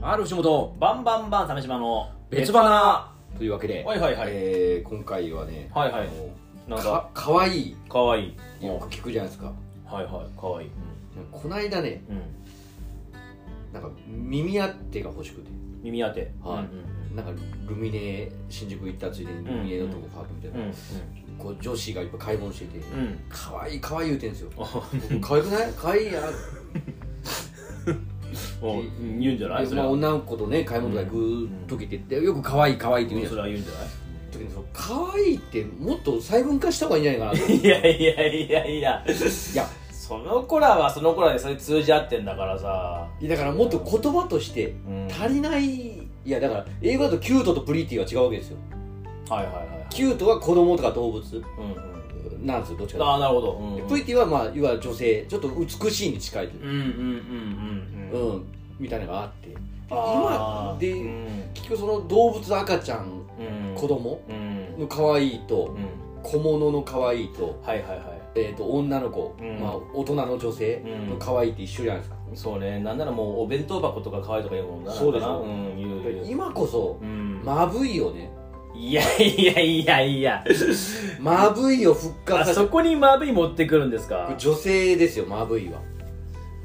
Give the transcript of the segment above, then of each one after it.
R 藤本バンバンバン鮫島の別花というわけで、はいはいはいえー今回はね、はいはいあのなんかかかわいいかわいいよく聞くじゃないですかはいはいかわいいこないだねうん、うんなんか耳当てが欲しくて耳当てはいうんなんかルミネ新宿行ったついでにルミネのとこパークみたいな、うんこう女子がいっぱい買い物してて、うんうんかわいいかわいい言うてんですよ あ僕かわいくないかわいいやんおうん言うんじゃないでそれまあは女の子とね買い物とか行く時って言ってよくかわいいかわいいって言うそじゃれないは言うんじゃですか時にそのかわいいってもっと細分化した方がいいんじゃないかななといいやいやいやいや いやその子らはその子らでそれ通じ合ってんだからさだからもっと言葉としてうん足りないいやだから英語だとキュートとプリティは違うわけですよはいはいはいキュートは子供とか動物うんうんなんですよどっちかあとあなるほどうんういうんとプリティはまあいわゆる女性ちょっと美しいに近いとういんうんうんう、うんうんみたいなのがあってあー今でうん結局その動物赤ちゃんうん子供うんの可愛いうとん小物の可愛いと,、はいはいはえー、と女の子、うんまあ、大人の女性の可愛いって一緒じゃないですか、いそうねなんならもうお弁当箱とか可愛いとか言うもんなそうでしょなんかなうん言う言う今こそうんまぶいよねいやいやいやいやまぶいを復あ活させそこにマーブイ持ってくるんですか女性ですよまぶいは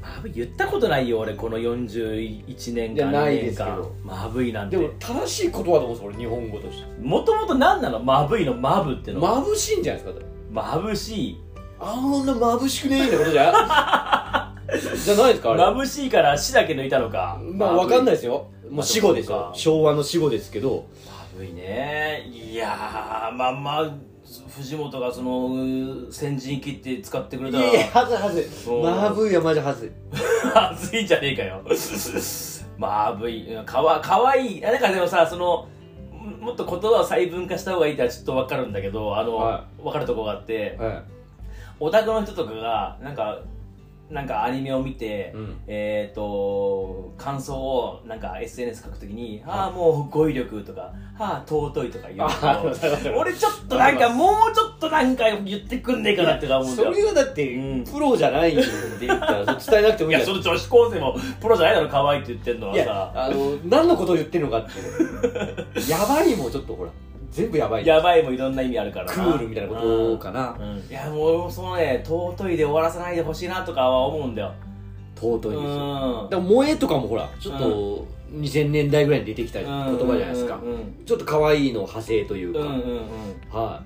マーブイ言ったことないよ俺この41年いや間ない2です年けど間マーブイなんでても正しい言葉だと思うんですよ俺日本語としてもともと何なのマーブイのマブってのはまぶしいんじゃないですかだってまぶしいあんなまぶしくねえってことじゃ じゃないですかあれまぶしいから死だけ抜いたのかまあわかんないいですよもう死後ですまよあ昭和の死後ですけど寒いねいやーまあまあ藤本がそのうー先陣切って使ってくれいたらやいやはずはずそうまぶいはマジはずいまずいんじゃねえかよまあ V かわかわいいあなんかでもさそのんもっと言葉を細分化した方がいいってのはちょっと分かるんだけどあの、は分かるとこがあってはオタクの人とかがなんかなんかアニメを見て、うんえっ、と感想をなんか SNS 書くときに「ああもう語彙力」とか「ああ尊い」とか言うけど俺ちょっとなんかもうちょっとなんか言ってくんねえかなって思うんだそよれはだってうんプロじゃないんで言ったら伝えなくてもいいいやじゃそんの女子高生もプロじゃないだろ可愛いって言ってんのはいさやあの何のことを言ってるのかって いうやばいもちょっとほら全部やばいやばいもいろんな意味あるからなクールみたいなことかなうんいやもうそのね尊いで終わらさないでほしいなとかは思うんだよ尊いですよんでも萌えとかもほらちょっと2000年代ぐらいに出てきた言葉じゃないですかうんうんちょっと可愛いの派生といううか、んうんうんは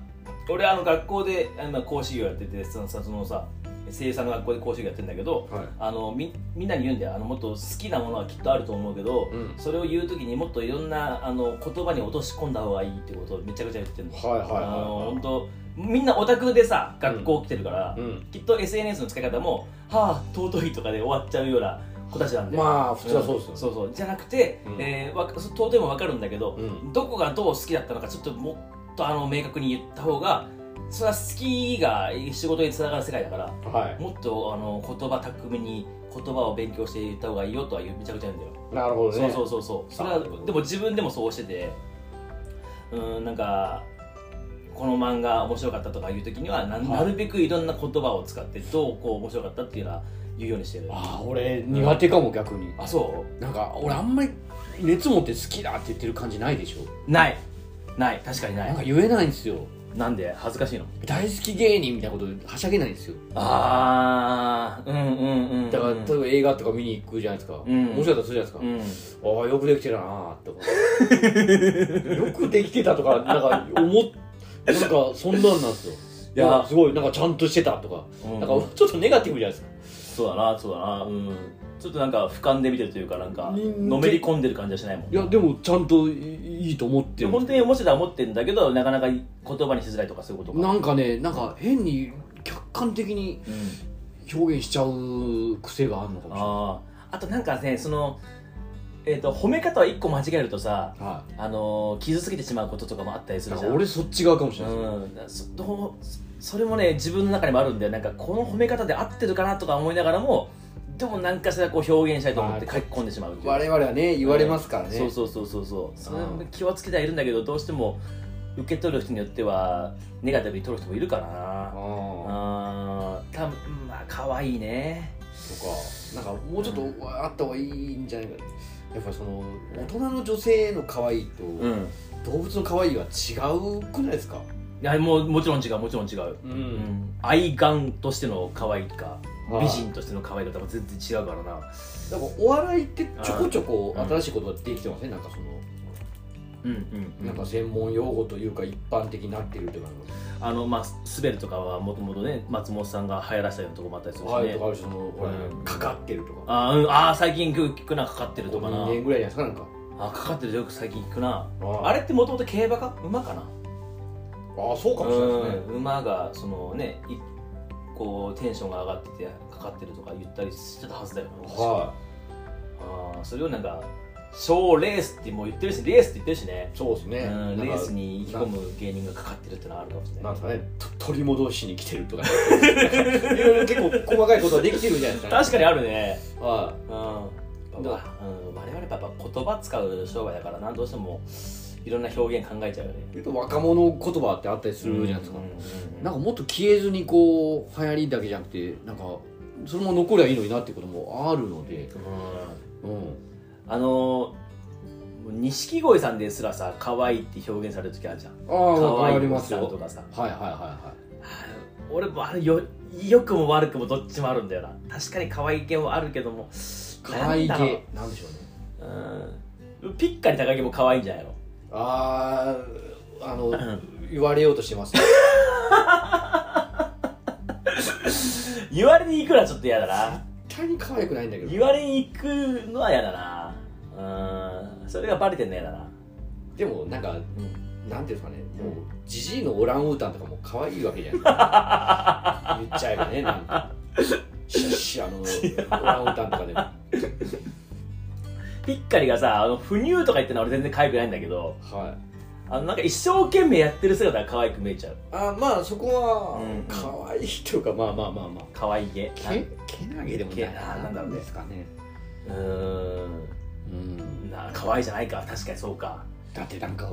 俺あの学校であの講師業やっててそのさそのさ声優さんの学校で講師業やってんだけどい、はい、あのみみんなに言うんだよあのもっと好きなものはきっとあると思うけど、うんそれを言う時にもっといろんなあの言葉に落とし込んだ方がいいってことをめちゃくちゃ言ってるの、はいはいはいはいあの本当みんなオタクでさ学校来てるから、うん、きっと SNS の使い方も「はあ尊い」とかで終わっちゃうような子たちなんでまあ普通はそうですよんそうそうじゃなくて、うんえーわかそ尊いも分かるんだけど、うんどこがどう好きだったのかちょっともっとあの明確に言った方がそれは好きが仕事につながる世界だからはもっとあの言葉巧みに言葉を勉強していった方がいいよとは言うめちゃくちゃ言うんだよいなるほどそうねそうそうそうそれはでも自分でもそうしててうんなんかこの漫画面白かったとかいう時にはなはいなるべくいろんな言葉を使ってどうこう面白かったっていうのは言うようにしてるあああ俺苦手かも逆にそなんか俺あんまり熱持って好きだって言ってる感じないでしょうないない確かにななんかい言えないんですよなんで恥ずかしいの大好き芸人みたいなことはしゃげないんですよああうんうんうんだからうん例えば映画とか見に行くじゃないですか、ん面白かったりするじゃないですか、うんああよくできてたなーって思うよくできてたとかなんか思っなんかそんなんなんですよいいややすごいなんかちゃんとしてたとか、うんなんかちょっとネガティブじゃないですかそうだなそうだなうんちょっとなんか俯瞰で見てるというかなんかうんのめり込んでる感じはしないもんいやでもちゃんといいいと思ってでる本当に面白いとは思ってるんだけどなかなか言葉にしづらいとかそういうことかなんかねなんか変に客観的にうん表現しちゃう癖があるのかもしあああとなんかねその、えー、と褒め方を1個間違えるとさ、れない、はいあのー傷つけてしまうこととかもあったりすなるんじかゃん俺そっち側かもしれないです、うん、だそどうそそれもね自分の中にもあるんだよなんかこの褒め方で合ってるかなとか思いながらもでも何かしらこう表現したいと思ってまあ書き込んでしまうっていう我々はね言われますからね、そうそうそうそうそうそれうもん気をつけてはいるんだけどどうしても受け取る人によってはネガティブに取る人もいるからなああーたまあ可愛いねーなんかもうちょっとあった方がいいんじゃないかやっぱその大人の女性の可愛いと、うん動物の可愛いは違うくないですかいやもうもちろん違うもちろん違う、ううんん、愛顔としての可愛いかはい美人としての可愛いか多分全然違うからななんかお笑いってちょこちょこうん新しいことができてますねなんかそのうんうん、うん、なんか専門用語というか一般的になってるっていうかあのまあ滑るとかはもともとね松本さんが流行らせたようなとこもあったりするし可愛いねとかあるしそのほらうんかかってるとかあー、うん、あー最近聞くなかかってるとかな2年ぐらいじゃないですかなんかあかかってるよく最近聞くなああれってもともと競馬か馬かなああそうかもしれないですねうん馬がそのねいこうテンションが上がっててかかってるとか言ったりしてたはずだよなはあーそれをなんか賞レースってもう言ってるしレースって言ってるしねいそうですねうん、なレんーかスに意気込む芸人がかかってるってのはあるかもしれなんないですかねと取り戻しに来てるとか いろいろ結構細かいことができてるじゃないですか確かにあるねはうんまあどううん、我々やっぱ言葉使う商売だからなどうしてもいろんな表現考えちゃうよねい若者言葉ってあったりするじゃないですかうんうんうんなんかもっと消えずにこう流行りだけじゃなくてなんかそれも残りゃいいのになっていうこともあるので、うんうん、あのー錦鯉さんですらさ可愛いって表現される時あるじゃんああ可愛いありますおっさんよとかさはいはいはいは俺もあれよ良くも悪くもどっちもあるんだよな確かに可愛い系もあるけどもい可愛いなんだろ系なんでしょうねううんピッカリ高木も可愛いんじゃないのあああ のん言われようとしてます 言われに行くのはちょっと嫌だな絶対に可愛くないんだけど言われに行くのは嫌だなうんそれがバレてんの嫌だなでもなんかうんなんていうんですかねうんもうじじいのオランウータンとかも可愛いわけじゃない 言っちゃえばねなんかシャッシャあのオランウータンとかでもピッカリがさあの不乳とか言ってるのは俺全然可愛くないんだけどはいあのなんか一生懸命やってる姿が可愛く見えちゃうあまあそこはうん可愛いというかまあまあまあまあ可愛げけけなげでもないけあーなんだろうねですかねうーうんんな可愛いじゃないか確かにそうかだってなんか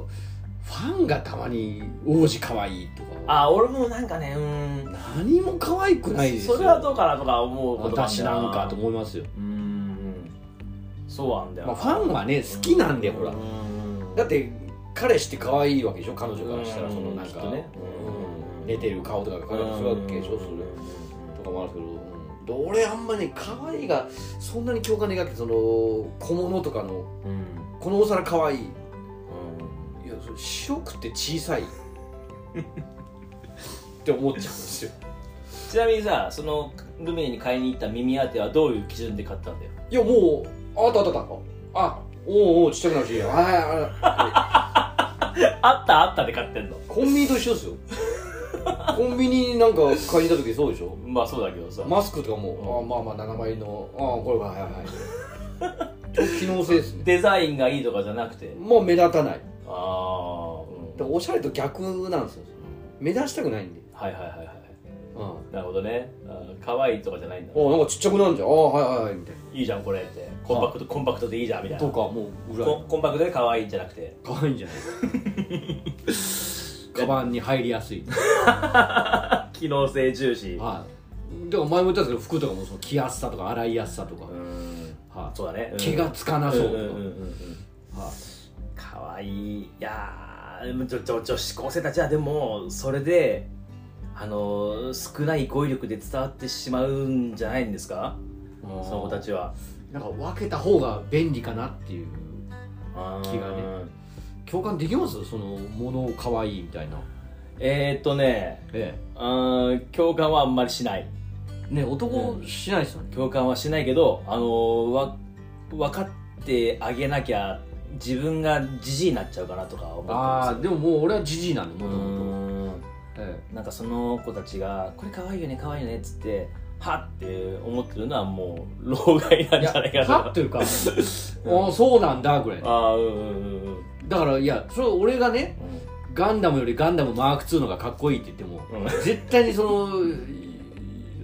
ファンがたまに王子可愛いとかあ俺もなんかねうーん何も可愛くないですよそれはどうかなとか思うこともある私だなんかと思いますよ、うーんそうなんだよまな、あ、ファンはね好きなんでほらうーんだって彼氏って可愛いわけでしょ彼女からしたらうんそのなんきっかとねうん寝てる顔とかが可愛くするわけでしょそれとかもあるけど、うんで俺あんまね可愛いがそんなに共感できなくてその小物とかうのんうんこのお皿可愛いうんいやそれ白くて小さいって思っちゃうんですよちなみにさそのルミネに買いに行った耳当てはどういう基準で買ったんだよいやもうああったあったあったあおうおうちっちゃくなるしああああったあったで買ってんのコンビニと一緒ですよコンビニなんか買いに行った時そうでしょまあそうだけどさ、マスクとかも、うんあまあまあ7枚のあこれははいはいちょっと 機能性ですねデザインがいいとかじゃなくてもう目立たないああ、だからおしゃれと逆なんですよ目立ちたくないんで、はいはいはいはいうん、なるほどねあー可愛いとかじゃないんだおなんかちっちゃくなるじゃんああはいはいはいみたいいいじゃんこれってコンパクトコンパクトでいいじゃんみたないとなかもう裏コンコンパクトで可愛いんじゃなくて可愛いん じゃないカバンに入りやすい機能性重視はいだから前も言ったんですけど服とかもその着やすさとか洗いやすさとか、うんはいそうだね、うん毛がつかなそうとんか、んんうんはいかわいいいやーでも女女女子高生たちはでもそれであのー少ない語彙力で伝わってしまうんじゃないんですかそその子たちはなんか分けた方が便利かなっていう気がうねん共感できますそのものを可愛いみたいなえー、っとねえうん共感はあんまりしないえね男しないですよね、共感はしないけどあのーわ分かってあげなきゃ自分がじじいになっちゃうかなとか思ってあまあでももう俺はじじいなんでもすともとうんなんかその子たちが「これ可愛いよね可愛いよね」っつってはっって思ってるのはもう老害なんじいやゃないかはなっというかおそうなんだぐらいああうんうんうんうんだからいやそれ俺がねガンダムよりガンダムマーク2のがかっこいいって言ってもうん 絶対にそのい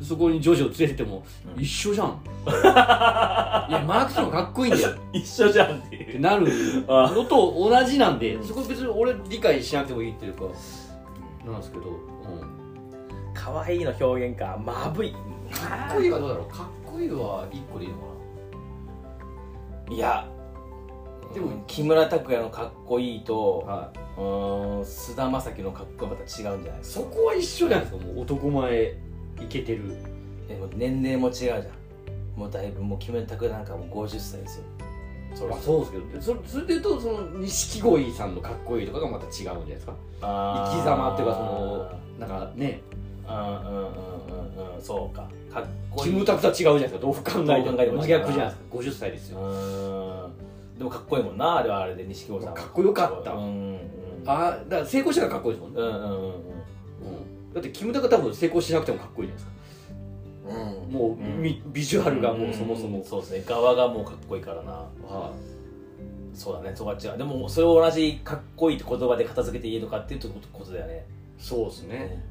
そこに女子を連れてっても、うん一緒じゃんいやマーク2のかっこいいんだよ一緒じゃんってっいてうなるあのと同じなんでうんそこ別に俺理解しなくてもいいっていうかなんですけど、うん、可愛いの表現かまぶいかっこいいはどうだろうかっこいは一個でいいのかいやなでも木村拓哉のかっこいいとはい、うーん菅田将暉のかっこよかったら違うんじゃないですかそこは一緒じゃないですかもう男前いけてるでも年齢も違うじゃんもうだいぶもう木村拓哉なんかもう50歳ですよそまあそうですけどそれそれで言うとその錦鯉さんのかっこいいとかがまた違うんじゃないですか生き様っていうかそのなんかねうんうんうんうんうんそうかかっこいキいムタクとは違うじゃないですかどう考えてどうも考えても違う真逆じゃないですか50歳ですうよーんでもかっこいいもんなあれはあれで錦鯉さんはかっこよかったうんうんうんあーだから成功したらかっこいいですもんねう、んうんうんうんだってキムタクは多分成功しなくてもかっこいいじゃないですかうんうんもう、みビジュアルがもうそもそも、んそうですね側がもうかっこいいからなはそうだねそこは違うでもそれを同じかっこいいって言葉で片付けていいのかっていうことことだよねいそうですね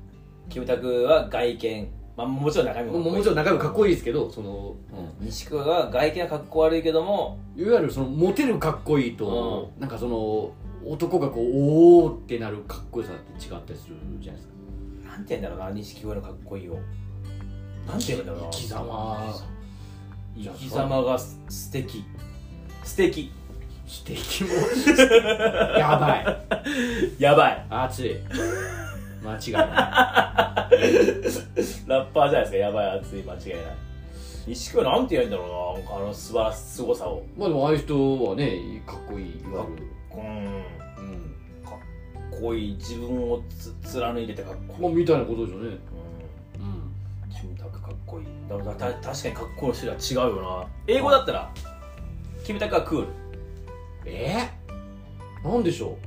キムタクは外見まあもちろん中身ももうもちろん中身かっこいいですけどその、錦鯉は外見はかっこ悪いけどもいわゆるそのモテるかっこいいと、なんかその男がこうおおってなるかっこよさって違ったりするじゃないですかなんて言うんだろうな錦鯉のかっこいいをなんて言うんだろうな生き様生き様がす素敵素敵指摘もやばいやばい熱い間違いなラッパーじゃないですかやばい熱い間違いない錦鯉なんて言うんだろうななんかあの素晴らしすごさをいまあでもああいう人はねかっこいいいわゆる、うんうんかっこいい自分をつ貫いててかっこいい、まあみたいなことですよねううんん、キムタクかっこいいだからた確かにかっこいい人は違うよな英語だったらキムタクはクールえー、なんでしょ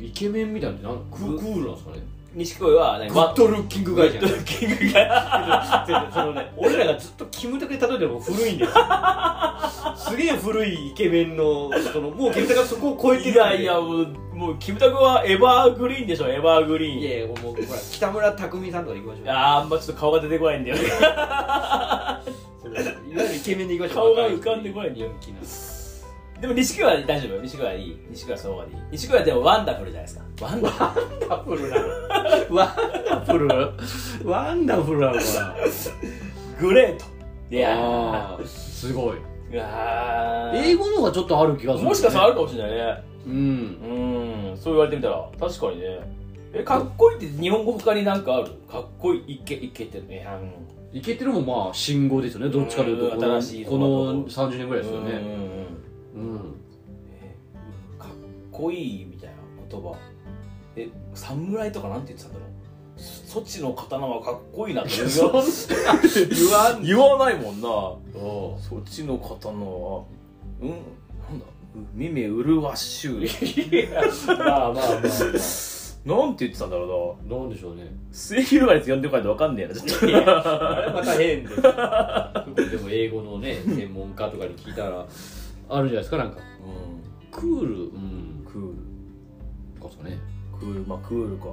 うイケメンみたいなんてなんクーグクールなんですかね錦鯉は何グワッッドルッキングガイじゃないグッドキングがそのね、俺らがずっとキムタクで例えても古い んですよすげえ古いイケメンのそのもうキムタクがそこを超えてるいやいやもうもうキムタクはエバーグリーンでしょエバーグリーンいやいやもうほら北村匠海さんとかで行きましょうあーあんまちょっと顔が出てこないんだよねそのいわゆるイケメンで行きましょ 顔うが浮かんでこない人気なでも錦鯉は大丈夫錦鯉はいい錦鯉はそのままでいい錦鯉はでもワンダフルじゃないですかワンダフルワンダフルなワンダフルワンダフルなのかグレートいないやーあーすごいうわー英語の方がちょっとある気がする、もしかしたらあるかもしれないねうんうんそう言われてみたら確かにねえかっこいいって日本語他になんかあるかっこいいいけいけてるねあのイケてるもまあ信号ですよねどっちかというとうんこの新しいこの30年ぐらいですようんねうんうんうんえかっこいいみたいな言葉え侍とかなんて言ってたんだろうそそっちの刀はかっこいいなって言 そんわな言わん言わないもんなおうそっちの刀は、うん、なんだ、耳麗しゅう。まあまあまあ、なんて言ってたんだろうな。なんでしょうね末広がりって呼んでこないとわかんねえな、ちょっと。あれまた変ですでも英語のね専門家とかに聞いたらあるじゃないですかなんかうクールうんん、クール。とかですかねクール、まあクールか。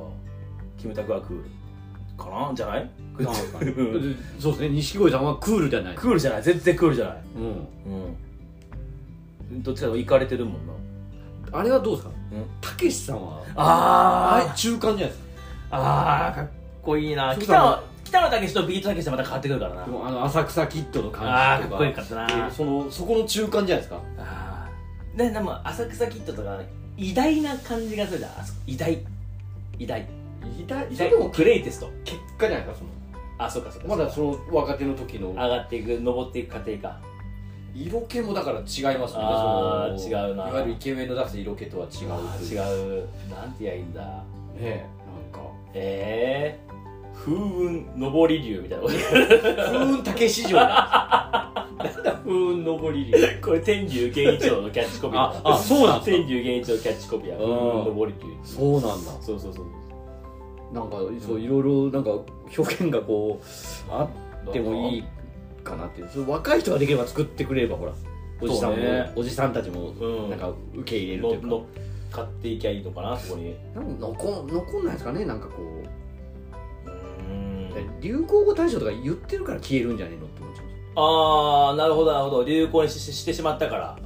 キムタクはクール。かなじゃないなんかねそうですね錦鯉さんはクールじゃないクールじゃない、全然クールじゃない。うんうん。どっちかと行かれてるもんな。あれはどうですかんたけしさんはああれ中間じゃないですかあ、ああ、かっこいいな。そう北だ野、北野武とビートたけしとまた変わってくるからなで。もあの浅草キッドのあ感あじー、かとかっこよかったな。でそのそこの中間じゃないですかああででも浅草キッドとか偉大な感じがするじゃんあそこ偉大偉大いた偉それ大でもグレイテスト結果じゃないですかそあそうかそうかのまだそうその若手の時のか上がっていく上っていく過程か色気もだから違いますよねあーその違うないわゆるイケメンの出す色気とは違うあといーう違うなんて言えばいいんだねえなええ風雲上り竜みたいなんか風雲竹市場なんですよなんだ風雲上り流 これ天竜源一郎のキャッチコピーああそうなんすか天竜源一郎キャッチコピーやうん風雲上り竜 そうなんだそうそうそうなんかそういろいろなんか表現がこうあってもいいかなっていうそれ若い人ができれば作ってくれればほらおじさんも、そうねおじさんたちもうんなんか受け入れるとのいうか、乗っかっていきゃいいのかなそこになんか残ん残んないですかねなんかこううーん流行語大賞とか言ってるから消えるんじゃねえのって思っちゃうんですよああなるほどなるほど流行にしししてしまったからは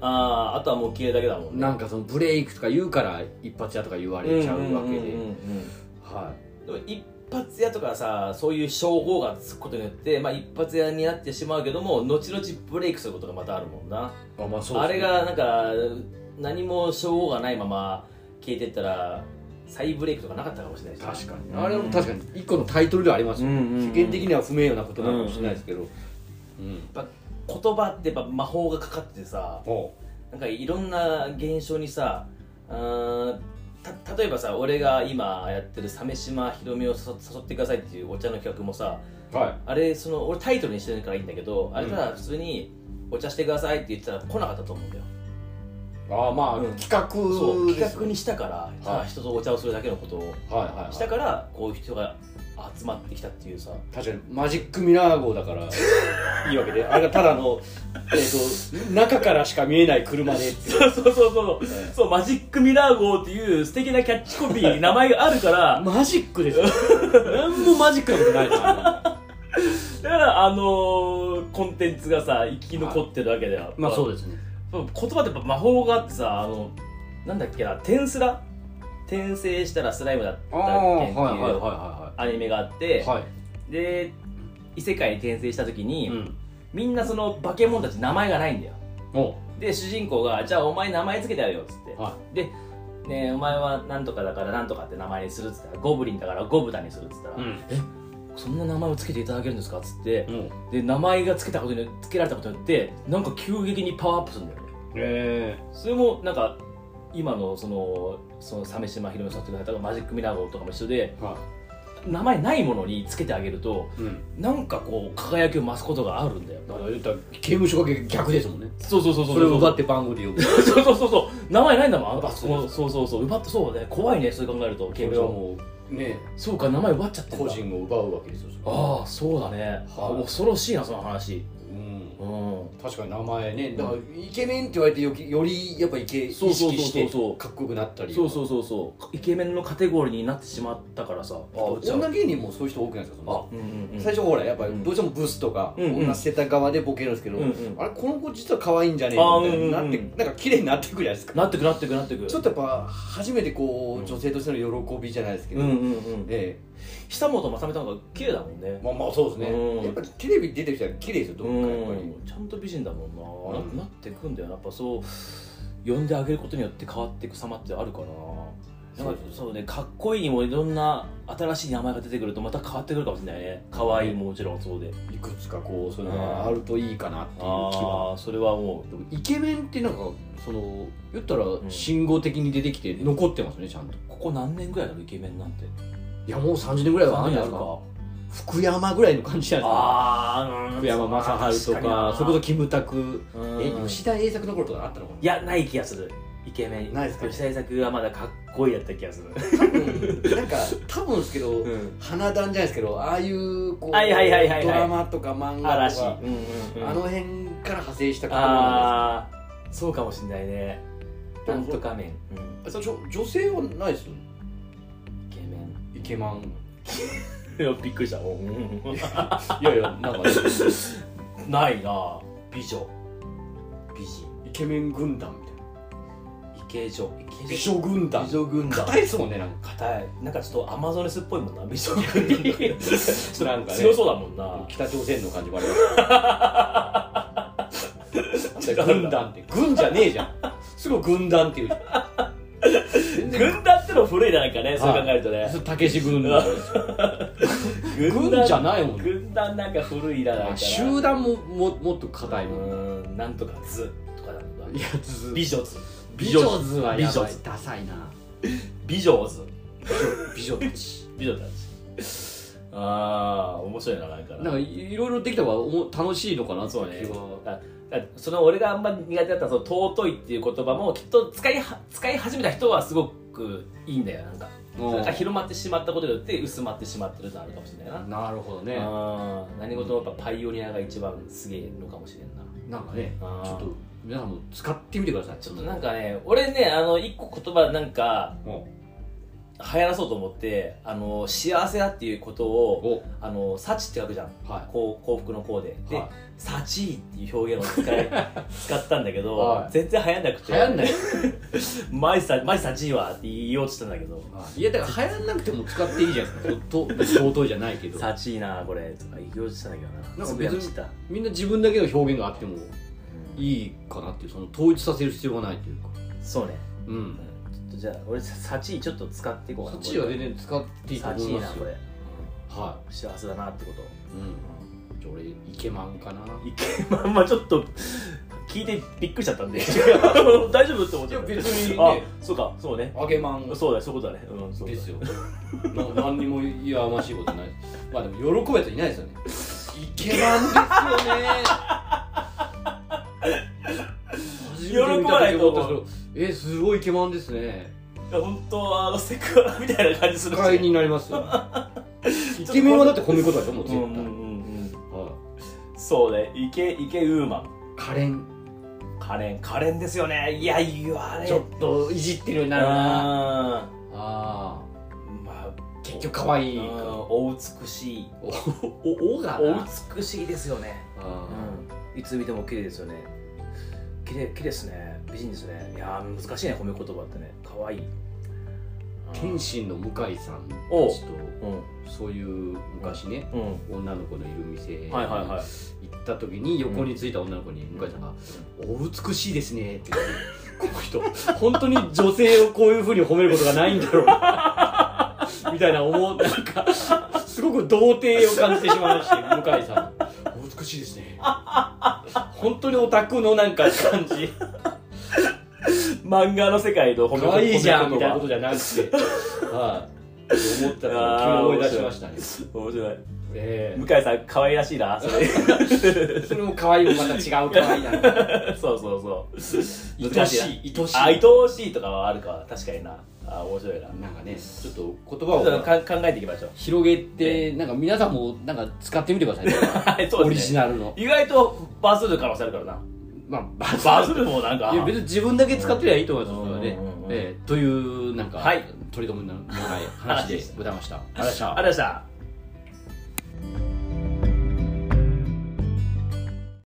あーあとはもう消えるだけだもんいねなんかそのブレイクとか言うから一発屋とか言われちゃうわけんんで、んうんはでも一発屋とかさそういう称号がつくことによって、まあ、一発屋になってしまうけども後々ブレイクすることがまたあるもんな、あまあそうあでれすねがなんか何も称号がないまま消えてったら再ブレイクとかなかったかもしれないし確かにうんあれも確かに一個のタイトルではありますよ、うんうんうん世間的には不名誉なことなのかもしれないですけど、うんやっぱ言葉ってやっぱ魔法がかかっててさほなんかいろんな現象にさうーんた例えばさ俺が今やってる鮫島ひろみを誘誘ってくださいっていうお茶の企画もさうはあれその俺タイトルにしてるからいいんだけどあれただ普通に「お茶してください」って言ってたら来なかったと思うんだよ、いああまあ、うん企画そうです企画にしたからただ人とお茶をするだけのことをはいはい、はい、したからこういう人が集まってきたっていうさ確かにマジックミラー号だからいいわけであれがただの、えー、と中からしか見えない車でってい うそうそうそうそう、そうマジックミラー号っていう素敵なキャッチコピーに名前があるからマジックですよ何もマジックなことないなだからあのーコンテンツがさ生き残ってるわけだよ、 まあそうでですね言葉ってやっぱ魔法があってさあのなんだっけな転スラ転生したらスライムだったあっあけはいってはいはいいうはアニメがあっいて、はいはで異世界に転生した時いに、うんみんなその化け物たち名前がないんだよおで主人公が「じゃあお前名前つけてやるよ」っつって、はで、ねえ、お前はなんとかだからなんとかって名前にするっつったらゴブリンだからゴブタにするっつったら、うんそんな名前をつけていただけるんですかっつってう、んで名前がつけたことによつけられたことによってなんか急激にパワーアップするんだよねえそれもなんか今のそのその鮫島ひろみさんとかマジックミラー号とかも一緒でー、は名前ないものにつけてあげるというんなんかこう輝きを増すことがあるんだよだから言ったら刑務所が逆ですもんねそうそうそうそうそれを奪ってて番号で呼 ぶそうそうそうそう名前ないんだもんあ奪ってそうそうそうそう奪ってそうだね怖いねそう考えるとそ刑れ務は所もうねそうか名前奪っちゃってんだ個人を奪うわけですよああそうだね、はい恐ろしいなその話うんうん確かに名前ねだからイケメンって言われてよきよりやっぱイケ意そう識そうそうそうしてかっこよくなったりそうそうそうそうイケメンのカテゴリーになってしまったからさあ女芸人もそういう人多くないですかそのうんうんうん最初ほらやっぱうんどうしてもブスとか、うんうん女捨てた側でボケるんですけど、うんうんあれこの子実は可愛いんじゃねえあーのみたいになって、うんうんうんなんか綺麗になってくるじゃないですかなってくなってくなってくちょっとやっぱ初めてこう女性としての喜びじゃないですけど、うんうんうんえ久本雅美たんが綺麗だもんねえまあまあそうですね、うんやっぱりテレビ出てきたら綺麗ですよどっかやっぱり、うんちゃんと美人だもんな、うんななってくんだよなやっぱそう呼んであげることによって変わっていく様ってあるかななんかそうそうねかっこいいにもいろんな新しい名前が出てくるとまた変わってくるかもしれないね可愛いももちろんそうでいくつかこうそういうのがあるといいかなっていう気はああそれは思でもイケメンってなんかその言ったらん信号的に出てきて残ってますねちゃんとうここ何年ぐらいだろうイケメンなんていやもう30年ぐらいはあるんじゃないですか福山ぐらいの感じじゃないですかああ福山雅治とかそれこそキムタクえ吉田栄作の頃とかあったのかないやない気がするイケメンないですか吉田栄作はまだかっこいいやった気がする多分なんか多分ですけど、ん花壇じゃないですけどああいうこう、はいはいはいはいはいドラマとか漫画と嵐、か、うんうんうんあの辺から派生したことなんであーそうかもしんないねなんとか面、うんすけど女女性はないですよイケメンイケマンいやびっくりしたうんいやいやなん か、ね、ないな美女美人イケメン軍団みたいなイケ女イケ美女軍団美女軍団硬いですもんねなんか硬いなんかちょっとアマゾネスっぽいもんな美女軍団なんかね強そうだもんな北朝鮮の感じもあります 軍団って軍じゃねえじゃんすぐ軍団っていうじゃん全然軍団っての古いななんかねそう考えるとね、たけし軍団軍じゃないもん軍団なんか古いななんかな集団もももっと硬いうもんーんなんとか図とかだもんないやず美女図美女図はや美女ばい図ダサいな美女図美女たち美女たちああ面白いななんかななんかいいろいろできた方がおも楽しいのかなってそうね気はああその俺があんま苦手だったその尊いっていう言葉もきっと使いは使い始めた人はすごくいいんだよなんかうんなんか広まってしまったことによって薄まってしまってるのあるかもしれないな、なるほどねあー何事もやっぱパイオニアが一番すげえのかもしれんななんかねちあーょっと皆さんも使ってみてくださいちょっとなんかね俺ねあの一個言葉なんかうん流行らそうと思ってあの幸せだっていうことをおあの幸って書くじゃんはこう幸福の幸でいで、は幸っていう表現を使い 使ったんだけど、はい全然流行んなくいて流行んないマイサマイサチーはって言おうとしたんだけどいやだから流行んなくても使っていいじゃないですかとと尊いじゃないけどサチーなこれとか言おうとしたんだけどななすんか別にぐやめちゃったみんな自分だけの表現があってもいいかなっていうその統一させる必要がないというかそうね、うんうんちょっとじゃあ俺サチーちょっと使っていこうかサなチは全然使っていいとサ思チいーまなすこよれは幸せだなってことい、うん、じゃあ俺イケマンかないけ まあまあちょっと聞いてびっくりしちゃったん で大丈夫って思っちゃったいや別にあねそうかそうねあげマンそうだそういうことだねうんそうだですよな何にもいやましいことないまあでも喜ぶやついないですよねイケマンですよね初めて見た時思ったんですけどえすごいイケマンですねいや本当あのセクハラみたいな感じする不快になりますよ イケメンはだって褒め言葉でしょもうう絶んうんうん対、はういんそうねイケイケウーマン可憐可憐可憐ですよねいや言われちょっといじってるようになるななあまあー結局可愛いうんかお美しいおおおがおな美しいですよねあうんいつ見ても綺麗ですよね綺麗綺麗ですね美人ですねいやー難しいね褒め言葉ってね可愛いー天心の向井さんおうちょうんっとそういう昔ねうん女の子のいる店にはいはいはい行った時に横についた女の子に向井さんが「お美しいですね」って言 ってこの人本当に女性をこういうふうに褒めることがないんだろ うみたいな思うなんかすごく童貞を感じてしまいまして向井さんお美しいですね本当にオタクのなんか感じ漫画の世界の褒め言葉可愛いじゃん褒めみたいな言こと葉じゃなくてはいって思ったから急に思い出しましたね面白いえ向井さん可愛らしいなそ れえそれも可愛いもまた違う可愛いなそうそうそう愛しい愛しいあ愛おしいとかはあるか確かになあ面白いななんかねちょっと言ち葉ょっをとか考えていきましょう広げて、なんか皆さんもなんか使ってみてくださ いね、はいそう オでリすジねナルの。意外とバズる可能性あるからなまあ、バズバズるもんなんかいや別に自分だけ使ってりゃいいと思います、うんそれはねうんうんうんええという、なんか、はい 取り留めのない話でございました。ありありががとうございましたとうございました